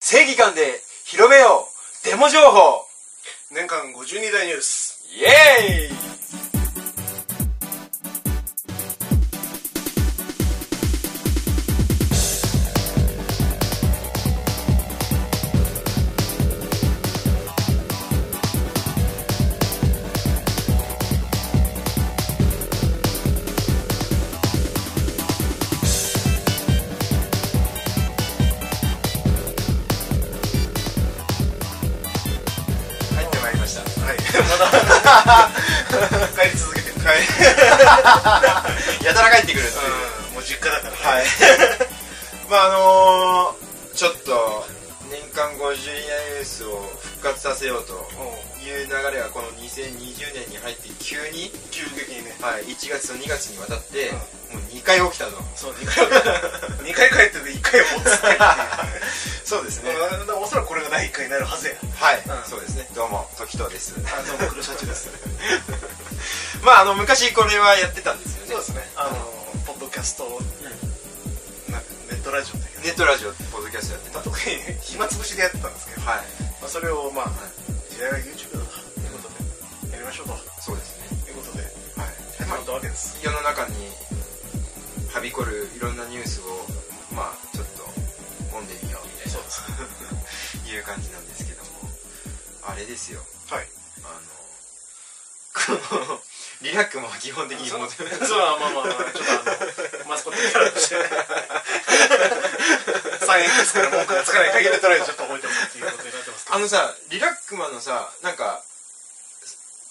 正義感で広めようデモ情報年間52大ニュースイエーイ入ってまいりましたはいまだ帰り続けてるは いやたら帰ってくるっていううんもう実家だからはいい まああのーちょっと年間52年ニュースを復活させようという流れがこの2020年に入って急に、急激にねはい、1月と2月にわたってうんもう2回起きた とそう2回二回帰ってて1回は持つってそうですいううんおそらくこれが第1回になるはずやはい、うんそうですねどうも時藤ですあどうも黒社長ですまああの昔これはやってたんですそうよでねすねあのポッドキャストなんかネットラジオだけどネットラジオポッドキャストやってたまあ特に暇つぶしでやってたんですけどまはいあそれをまあ時代は YouTube だということでやりましょうそうですねということではい始まったわけです世の中にはびこるいろんなニュースをまあちょっと揉んでみようみたいそうですないう感じなんですけどもあれですよはいあのこのリラックも基本的にそうモまデルあまあまあちょっとあのマスコットキャラとして3円ですから文句がつかない限りでとりあえずちょっと覚えておくっていうことになってますけあどのさリラックマのさなんか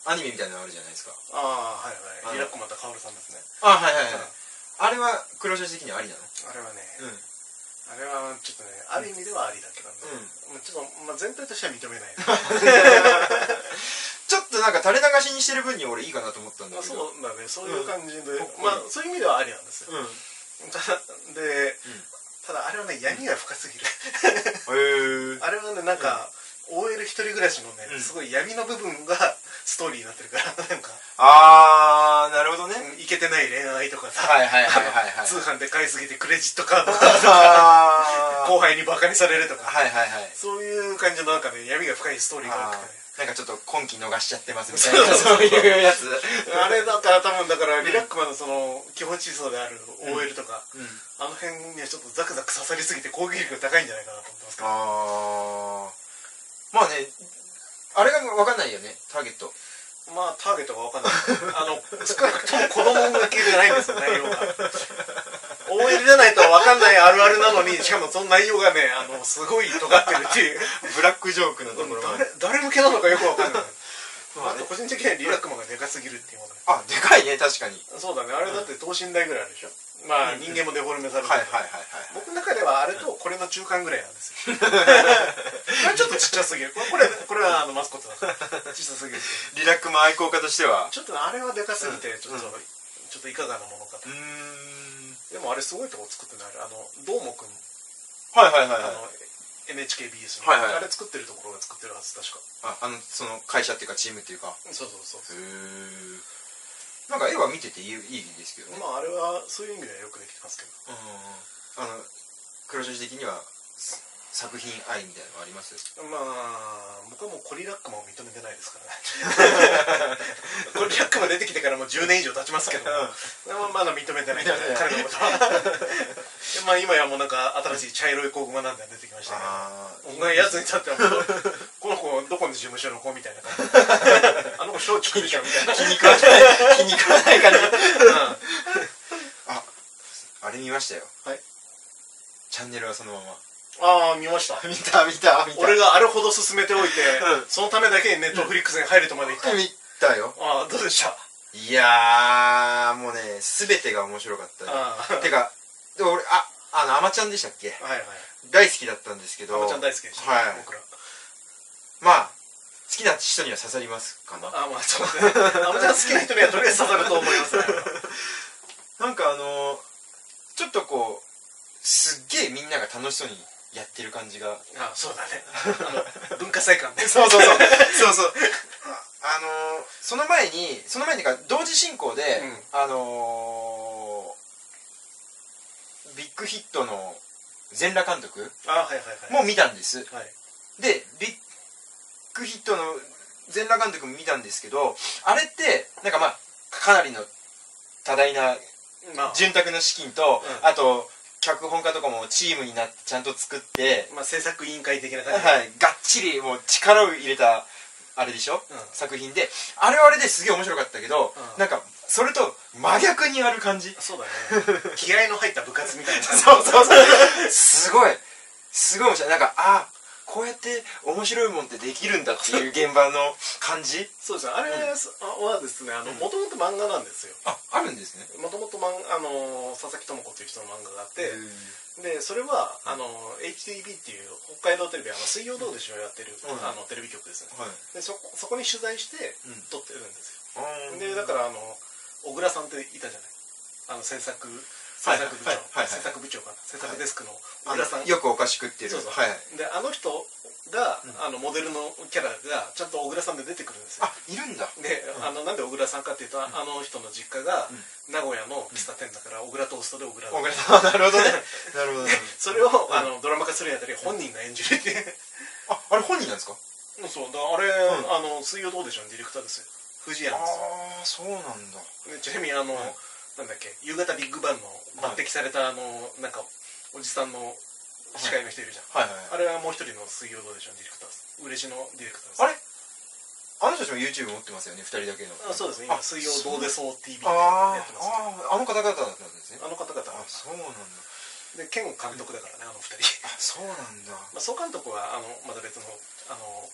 アニメみたいなのあるじゃないですかあああはのいはいリラックマとカオルさんですねあはいはいはいあれは黒シャツ的にはありなのあれはねうんあれはちょっとねある意味ではありだけどねまあちょっとまあ全体としては認めない ちょっとなんか垂れ流しにしてる分には俺いいかなと思ったんだまあけそどうだねそういう感じで、うんまあそういう意味ではありなんですよ、うんただで、ただあれはね闇が深すぎるへえあれはねなんか、OL 一人暮らしのね、うんすごい闇の部分がストーリーになってるから なんかあーなるほどねうんいけてない恋愛とかさ、はいはい はいはいはい通販で買いすぎてクレジットカードがあ 後輩にバカにされるとか、はいはいはいそういう感じのなんかね闇が深いストーリーがあるからねなんかちょっと今期逃しちゃってますみたいなそういうやつあれだから多分だからリラックマのその基本思想である OL とか、うんあの辺にはちょっとザクザク刺さりすぎて攻撃力が高いんじゃないかなと思ってますけどあーまあねあれが分かんないよねターゲットまあターゲットが分かんないあの少なくとも子供向けじゃないんですよ内容が OL じゃないと分かんないあるあるなのにしかもその内容がねあのすごい尖ってるっていうブラックジョークのところまで誰誰向けなのかよく分かんないまああねと個人的にはリラックマンがでかすぎるっていうものねあでかいね確かにそうだねあれだって等身大ぐらいあるでしょまあ人間もデフォルメされてはいるはいはいはい僕の中ではあれとこれの中間ぐらいなんですよ これちょっとちっちゃすぎるこれこれこれはあのマスコットだからちっちゃすぎるリラックマ愛好家としてはちょっとねあれはでかすぎてちょっと、ちょっといかがなものかうとーんでもあれすごいとこ作ってないあのどーもくんはいはいはいあはいの NHKBS の、はいはいあれ作ってるところが作ってるはず確かああのその会社っていうかチームっていうかそうそうそうへえなんか絵は見てていいいいですけどねまああれはそういう意味ではよくできてますけどうんあの黒女子的にはす作品愛みたいなのありますまあ僕はもうコリラックマンを認めてないですからねコリラックマン出てきてからもう10年以上経ちますけど、まあまだ認めてない認めてない彼のことはでまあ今やもうなんか新しい茶色い子熊なんて出てきましたけどあお前やつにとってはもうこの子どこの事務所の子みたいな感じあの子小中でしょみたいな気に食わない気に食わない感じああれ見ましたよはいチャンネルはそのままああ見ました見た見た見た 俺があれほど進めておいて、うそのためだけにネットフリックスに入るとまで言った、見たよああどうでしたいやーもうね全てが面白かったああてかでも俺ああのアマちゃんでしたっけはいはい大好きだったんですけどあまちゃん大好きでした、はい僕らまあ好きな人には刺さりますかなあまあそうねあまちゃん好きな人にはとりあえず刺さると思 いますねなんかあのーちょっとこうすっげえみんなが楽しそうにやってる感じがあそうだねあ の文化祭館ねそうそうそうそうそうああのーその前にその前にか同時進行で、あのービッグヒットの全裸監督あはいはいはいも見たんですはいでビッグヒットの全裸監督も見たんですけどあれってなんかまあかなりの多大なまあ潤沢の資金と、うんあと脚本家とかもチームになってちゃんと作って、まあ制作委員会的な感じはい、がっちりもう力を入れたあれでしょ、うん作品であれはあれですげえ面白かったけど、うんなんかそれと真逆にある感じそうだね気合の入った部活みたいな そうそうそうすごいすごい面白いなんかあこうやって面白いもんってできるんだっていう現場の感じ そうですねあれはそはですねうんもともと漫画なんですよああるんですねもともとあの佐々木智子っていう人の漫画があってうんでそれはあの HTB っていう北海道テレビあの水曜どうでしょうやってるうんあのテレビ局ですねはいでそこそこに取材してうん撮ってるんですあーよでだからあの小倉さんっていたじゃないあの制作制はい作部はいはいは長い制作部長かな制作デスクのあ小の倉さんよくお菓子食ってるそうそうはいであの人が、うんあのモデルのキャラがちゃんと小倉さんで出てくるんですよあいるんだで、あのなんで小倉さんかっていうと、あの人の実家がう名古屋の喫茶店だから小倉トーストで小倉小倉さんなるほどね なるほどなるほどそれを、あのドラマ化するにあたり本人が演じるっていうああれ本人なんですかもうそうだあれ、んあの水曜どうでしょうのディレクターですよ藤あ谷ですあそようなんだでちなみにあの、なんだっけ夕方ビッグバンの抜擢されたあの、なんかおじさんの司会の人いるじゃん、はいはいあれはもう一人の水曜どうでしょうのディレクターです嬉しのディレクターですあれあの人たちも YouTube 持ってますよね2人だけのあそうですね今あ水曜どうでそう TV であやってますーあーあの方々だったんですねあの方々あそうなんだで健吾監督だからねあの二人あそうなんだまあ総監督はあのまた別のあの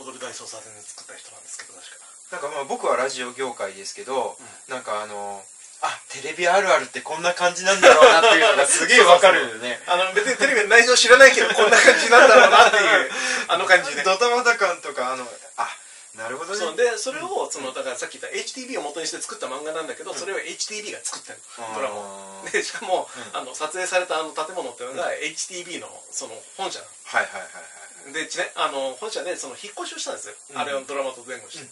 うん踊る大捜査線で作った人なんですけど確かなんかまあ僕はラジオ業界ですけどうなんかあのあテレビあるあるってこんな感じなんだろうなっていうのがすげえわかるよねあの別にテレビの内情知らないけどこんな感じなんだろうなって いうあの感じでドタバタ感とかあのあなるほどねそうでそれをそのだからさっき言った HTB を元にして作った漫画なんだけどそれを HTB が作ってるドラマをあーでしかもうんあの撮影されたあの建物っていうのが HTB のその本社なはいはいはいのでちなあの本社でその引っ越しをしたんですようんあれをドラマと前後してはい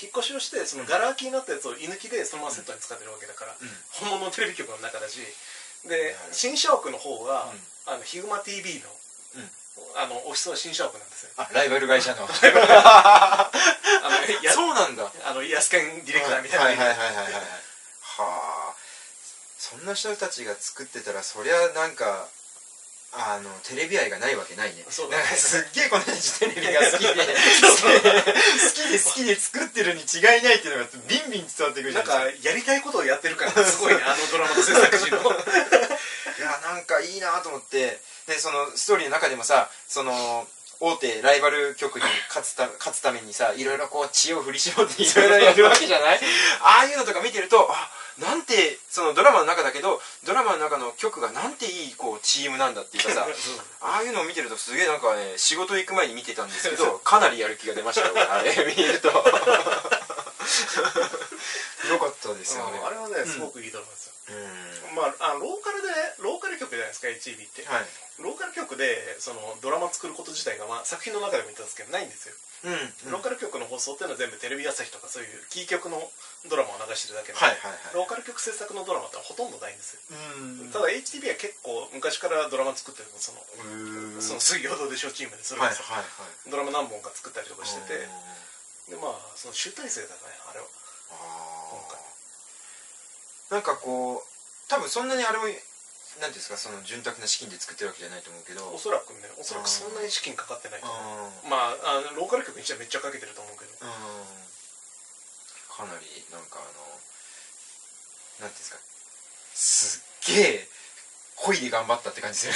引っ越しをしてそのガラ空きになったやつを居抜きでそのままセットに使ってるわけだから、うん本物のテレビ局の中だしで新社屋の方は、あのヒグマ TV の,、うんあのオフィスの新社屋なんですよあライバル会 社のあのやそうなんだあのヤスケンディレクターみたいな、はいはい はいはいはいはいはあそんな人たちが作ってたらそりゃなんかあのテレビ愛がないわけないねそうだなねんかすっげえこの人たちテレビが好きで好きで好きで作ってるに違いないっていうのがビンビン伝わってくるじなゃんないかでやりたいことをやってるからすごいねあのドラマの制 作陣のすかいやなんかいいなと思ってでそのストーリーの中でもさその大手ライバル局に勝つた勝つためにさいろいろこう知恵を振り絞っていろいろやるわけじゃないああいうのとか見てるとあなんてそのドラマの中だけどドラマの中の局がなんていいこうチームなんだっていうか さああいうのを見てるとすげえなんかね仕事行く前に見てたんですけ どかなりやる気が出ました よ俺あれ見るとよかったですよねあれはねんすごくいいドラマですよ、うんまああのローカルでローカル局じゃないですか HTB って、はいローカル局でそのドラマ作ること自体が、まあ、作品の中でも言ったんですけどないんですようんうんローカル局の放送っていうのは全部テレビ朝日とかそういうキー局のドラマを流してるだけで、はいはいロはーカル局制作のドラマってほとんどないんですよ、いうんただ HTB は結構昔からドラマ作ってるのその,、うーんその水曜どうでしょうチームでそれはいこはいそはいドラマ何本か作ったりとかしててうんでまあその集大成だねあれはあーなんかこう多分そんなにあれもなんていうんですかその潤沢な資金で作ってるわけじゃないと思うけどおそらくねおそらくそんなに資金かかってないと思うあーまああのローカル局にしてはめっちゃかけてると思うけどうんかなりなんかあのなんていうんですかすっげえ恋で頑張ったって感じする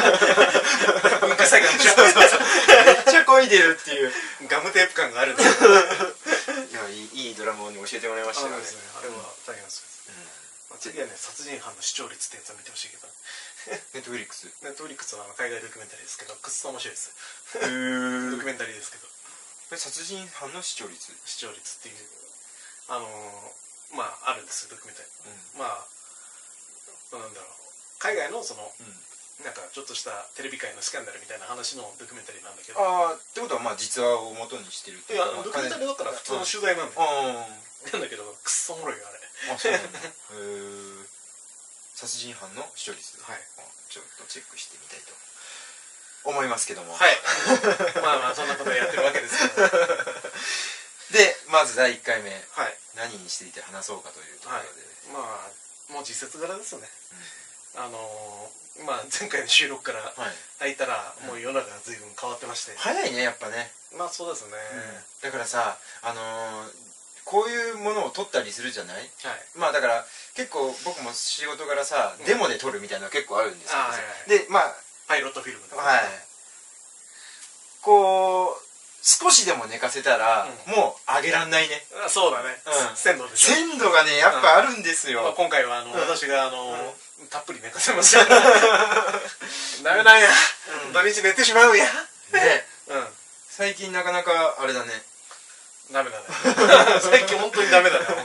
文化祭がめっちゃめっちゃ恋でるっていうガムテープ感があるんでいやいいいいドラマに教えてもらいましたよねあれは大変ですまあ次はね殺人犯の視聴率ってやつを見てほしいけどネットフリックスネットフリックスのあの海外ドキュメンタリーですけどくっそ面白いですドキュメンタリーですけど殺人犯の視聴率、視聴率っていうあのーまああるんですよドキュメンタリうんーまあなんだろう海外のそうのん、なんかちょっとしたテレビ界のスキャンダルみたいな話のドキュメンタリーなんだけどああってことはまあ実話を元にしてるっていやドキュメンタリーだから普通の取材なんだよあなんだけどくっそおもろいよあれあそうなんだへえ殺人犯の視聴率はいちょっとチェックしてみたいと思いますけども、はい まあまあそんなことやってるわけですけど はいでまず第1回目何にしていて話そうかというところはいで、まあもう実質柄ですねあのーまあ前回の収録からはい空いたらもう世の中が随分変わってまして、早いねやっぱね、まあそうですね、だからさあのーこういうものを撮ったりするじゃないはいまあだから結構僕も仕事柄さうんデモで撮るみたいなの結構あるんですけどさあはいはでまあパイロットフィルムはいこう少しでも寝かせたら、もうあげらんないねあそうだね、うん鮮度でしょ鮮度がねやっぱあるんですまあ、よ、今回はあの、うん私があの、たっぷり寝かせましたから ダメなんや、うん土日寝てしまうんやねうん最近なかなかあれだねダメだね最近本当にダメだね本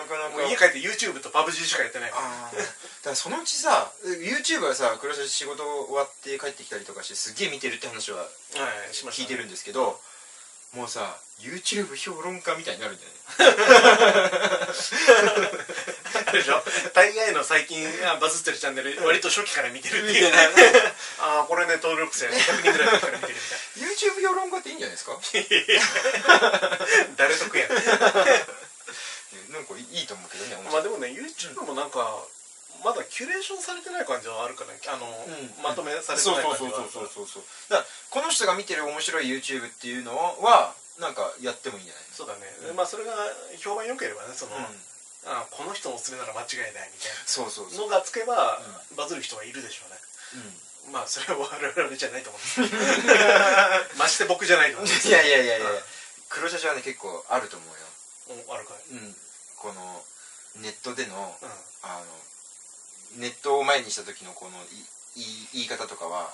なかな当にもう家帰って YouTube と PUBG しかやってないからあーだからそのうちさ YouTube はさ黒沢仕事終わって帰ってきたりとかしてすっげえ見てるって話ははいしました聞いねてるんですけどもうさ YouTube 評論家みたいになるんだよねあれでしょ大概の最近あバズってるチャンネル割と初期から見てるっていう ああこれね登録者100人ぐらいの時から見てるみたい YouTube 評論家っていいんじゃないです かね誰得やなんかいいと思うけどね面ま白あいでもね YouTube もなんかまだキュレーションされてない感じはあるからあの、うんまとめされてそうないそう感じそうはあるかそうらそうそうだからこの人が見てる面白い YouTube っていうのはなんかやってもいいんじゃないそうだね、でまあそれが評判良ければねその、の、あこの人のおすすめなら間違いないみたいそうそうなそう、のがつけば、バズる人はいるでしょうねうまあそれは我々じゃないと思うんですけ どまして僕じゃないと思うんですん、いやいやいやいや黒シャチはね結構あると思うよおあるかい、うん、このネットでのうん、あのネットを前にした時のこのいい言い方とかは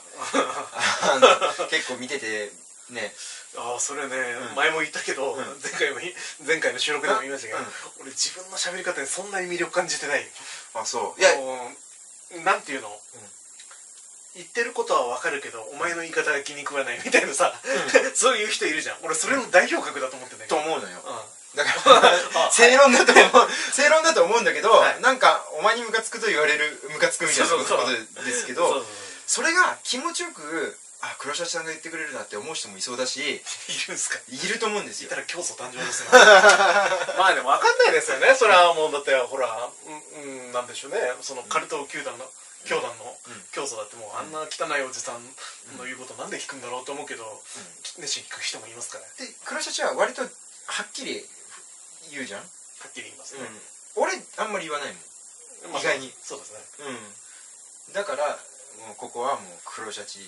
あの結構見ててねああそれね、うん前も言ったけど、前回もい前回の収録でも言いましたけど、うん俺自分の喋り方にそんなに魅力感じてないよあそういやあのなんていうの、言ってることはわかるけどお前の言い方が気に食わないみたいなさ、 そういう人いるじゃん俺それの代表格だと思ってね、と思うのようんだからあ正論だと思う正論だと思うんだけど、はいなんかお前にムカつくと言われるムカつくみたいなそうこそうそうとですけそうそうどそれが気持ちよくあ黒シャチさんが言ってくれるなって思う人もいそうだしそういるんすかいると思うんですいよたら競争誕生 ですよまあでも分かんないですよねそれはもうだってほらうんうんなんでしょうねそのカルト球団の教団のうん競争だってもうあんな汚いおじさんの言うことなんで聞くんだろうと思うけど、熱心に聞く人もいますからねで黒シャチは割とはっきり言うじゃん、はっきり言いますね、俺あんまり言わないもんまあ意外にそうですね うん、だからもうここはもう黒シャチ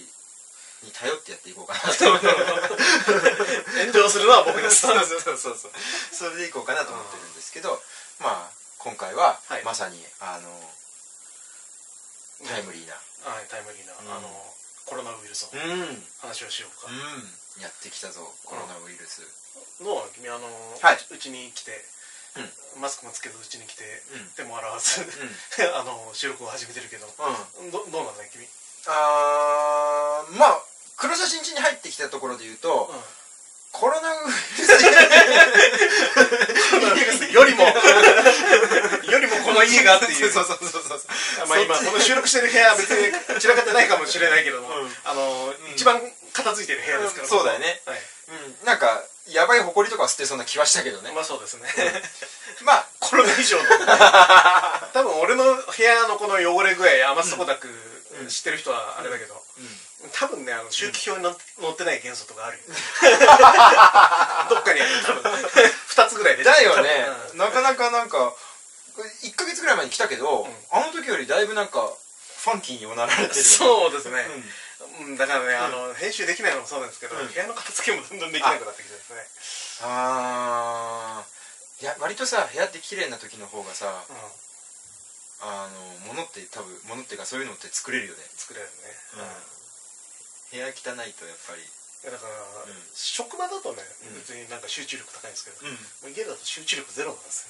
に頼ってやっていこうかなと思って炎上するのは僕ですそうそうそうそうそれでいこうかなと思ってるんですけどまあ今回ははいまさに、あのタイムリーなはい、タイムリーな、うんあのコロナウイルスのうん、話をしようか、やってきたぞコロナウイルス、の君あの、はいうちに来て、マスクもつけずうちに来て、うん手も洗わず、 あの収録を始めてるけどうんどどうなんだい君、うん、あーまあ黒シャチん家に入ってきたところで言うと、ココロナウイルスロナウイルスよりもよりも この家がっていうそうそうそうそうそうまあ、今この収録してる部屋は別に散らかってないかもしれないけども、うんあの、一番片付いてる部屋ですから、そうだよねはいうん、なんかやばい埃とかは吸ってそうな気はしたけどねまあそうですね、まあコロナ 以上の多分俺の部屋のこの汚れ具合余すとこなく知ってる人はあれだけど、多分ねあの周期表にの載ってない元素とかあるよ どっかにある多 分2つぐらい出てだよねう、んなかなかなんか1ヶ月ぐらい前に来たけど、あの時よりだいぶなんかファンキーにおなられてるよねそうですね、うんだからね、あの編集できないのもそうなんですけど、うん部屋の片付けもどんどんできなくなってきてですねあーいや割とさ部屋って綺麗な時の方がさうんあの物って多分物っていうかそういうのって作れるよね作れるね、うん部屋汚いとやっぱりいやだから、ん職場だとねうん別になんか集中力高いんですけど、んもう家だと集中力ゼロなんですよ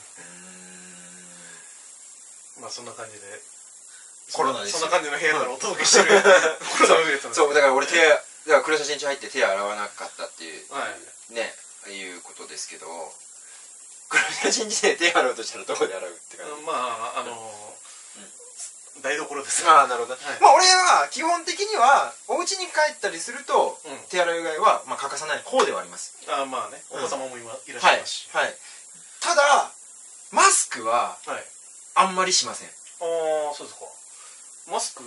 まあそんな感じでコロナですよそんな感じの部屋からお届けしてる、コロナウイルスのそうだから俺手だから黒写真家入って手洗わなかったっていうはいねいうことですけど黒写真家で手洗おうとしたらどこで洗うってあ感のまああの、台所ですああなるほど、はいまあ俺は基本的にはお家に帰ったりすると、うん手洗いうがいはまあ欠かさない方ではありますあまあねお子様も今いらっしはゃい、はいいますし、、ただマスクははいあんまりしませんああそうですかマスんク、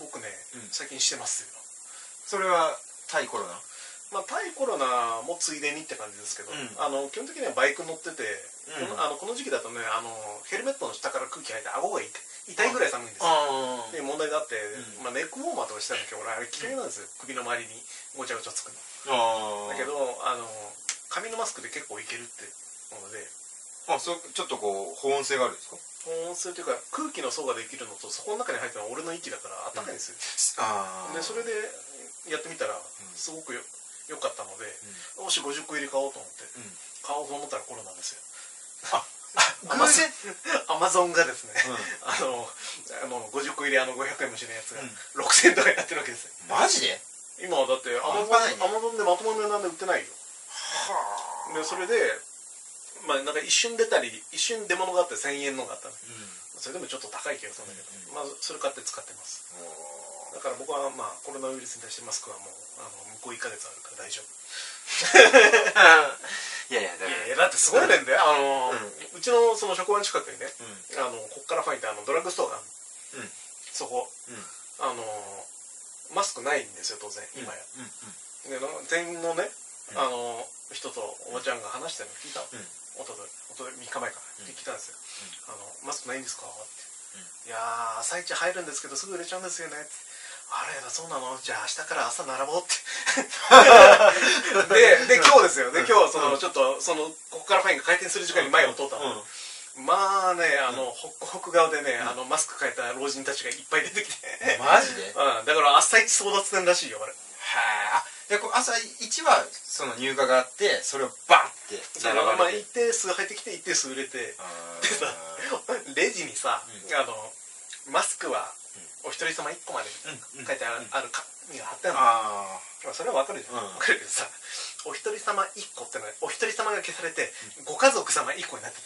僕ね、うん最近してますよそれは対コロナまあ、対コロナもついでにって感じですけうど、んあの基本的にはバイク乗ってて、うんこのあのこの時期だとねあのヘルメットの下から空気入って顎が痛い痛いぐらい寒いんですよあで問題があって、うんまあ、ネックウォーマーとかしてたんだけど俺あれ嫌いなんですよ、首の周りにごちゃごちゃつくのあだけどあの紙のマスクで結構いけるってものであそうちょっとこう保温性があるんですか保温するというか空気の層ができるのとそこの中に入ってるのは俺の息だからあったかいんですよ、あでそれでやってみたらすごくよ良かったので、もし50個入れ買おうと思って、うん買おうと思ったらコロナですよ あ偶然、アマゾンがですね、うんあのあの50個入れあの500円もしないやつがうん6000円とかやってるわけですよマジで今はだってアマゾ半端ないン、ねアマゾンでまともな値段で売ってないよはでそれでまあなんか一瞬出たり一瞬出物があって1000円のがあったのそれでもちょっと高い気がするんだけど、まあ、それ買って使ってますだから僕はまあコロナウイルスに対してマスクはもうあの向こう1ヶ月あるから大丈夫いやいやだからいやいやだってすごいねんだよあの、うちのその職場の近くにねうんあのこっからファインってあのドラッグストアがあるうのんそうこんあのマスクないんですよ当然今うんや、うんでの店員のね、うんあの人とおばちゃんが話してるの聞いたの、うんおとといおととい3日う前かんら聞いたんですよ、あの「マスクないんですか?」って「いやー朝一入るんですけどすぐ売れちゃうんですよね」ってあれだそうなのじゃあ明日から朝並ぼ う」ってでで今日ですよで今日そのちょっとそのここからファインが回転する時間に前を通ったの、まあねあの、ホッコホク顔でね、あのマスク変えた老人たちがいっぱい出てきて、マジで うん、だから朝一争奪戦らしいよあれはあでこう朝一はその入荷があってそれをバンってそれがまあ並べ一て定数入ってきて一定数売れてあでさレジにさ、うんあのマスクはお一人様1個まで うんうん書いてある,、ある紙が貼ってあるのあまあそれはわかるじゃん、うんわかるけどさお一人様1個ってのはお一人様が消されてご家族様1個になって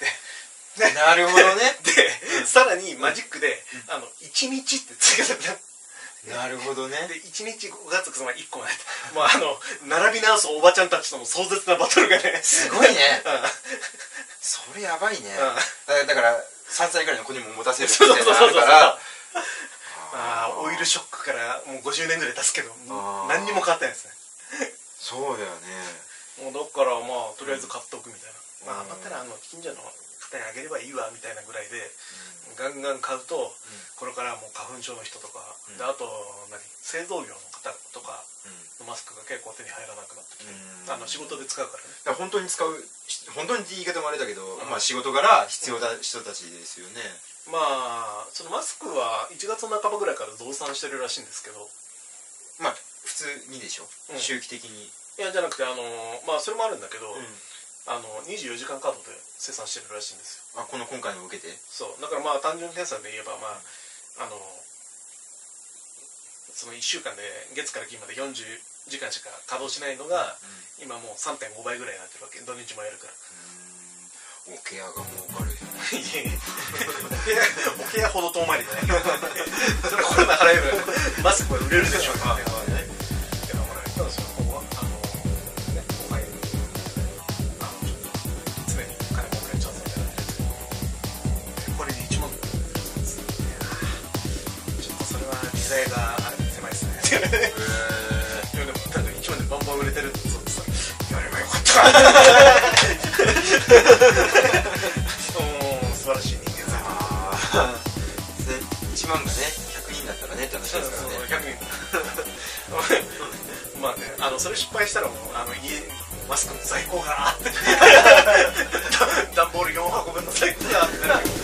てーなるほどねで、さらにマジックで「あの1日」って付けされてある なるほどねで1日ご家族様1個になってもうあの並び直すおばちゃんたちとの壮絶なバトルがねすごいねうそれやばいねん うんだだから3歳ぐらいの子にも持たせるみそうそうたいそなのうあそるうそうからあーオイルショックからもう50年ぐらい経つけどあー何にも変わってないですねそうだよねもうだからまあとりあえず買っとくみたいな、うんまあ余ったらあの近所の方にあげればいいわみたいなぐらいでガンガン買うと、これからもう花粉症の人とか、うんであと何製造業の方とかうんのマスクが結構手に入らなくなってきて、うんあの仕事で使うからねだから本当に使うし本当にって言い方もあれだけど、んまあ仕事柄必要な人たちですよね、まあそのマスクは1月の半ばぐらいから増産してるらしいんですけどまあ普通にでしょ、うん周期的に、いやじゃなくてあのまあそれもあるんだけど、うんあの24時間カードで生産してるらしいんですよあこの今回のを受けてそうだからまあ単純計算で言えばまああのその1週間で月から金まで40時間しか稼働しないのが今もう3.5倍ぐらいになってるわけ土日もやるからうんオケアが儲かるいやいやお部屋ほど遠回りだねそれコロナ払えばマスクは売れるでしょうかだからほらただその今後はあのね後輩にあのちょっと常にお金儲けの調査みたいなのやってるんですけどこれで1万ですちょっとそれは時代があれ狭いですねいやでも多分1万でバンバン売れてるってそうってさやればよかったもう素晴らしい人間だああ1万がね100人だったらねって話そうですそかうらね100人まあねあのそれ失敗したらもうあの家にマスクの在庫があって段ボール4箱分の在庫があって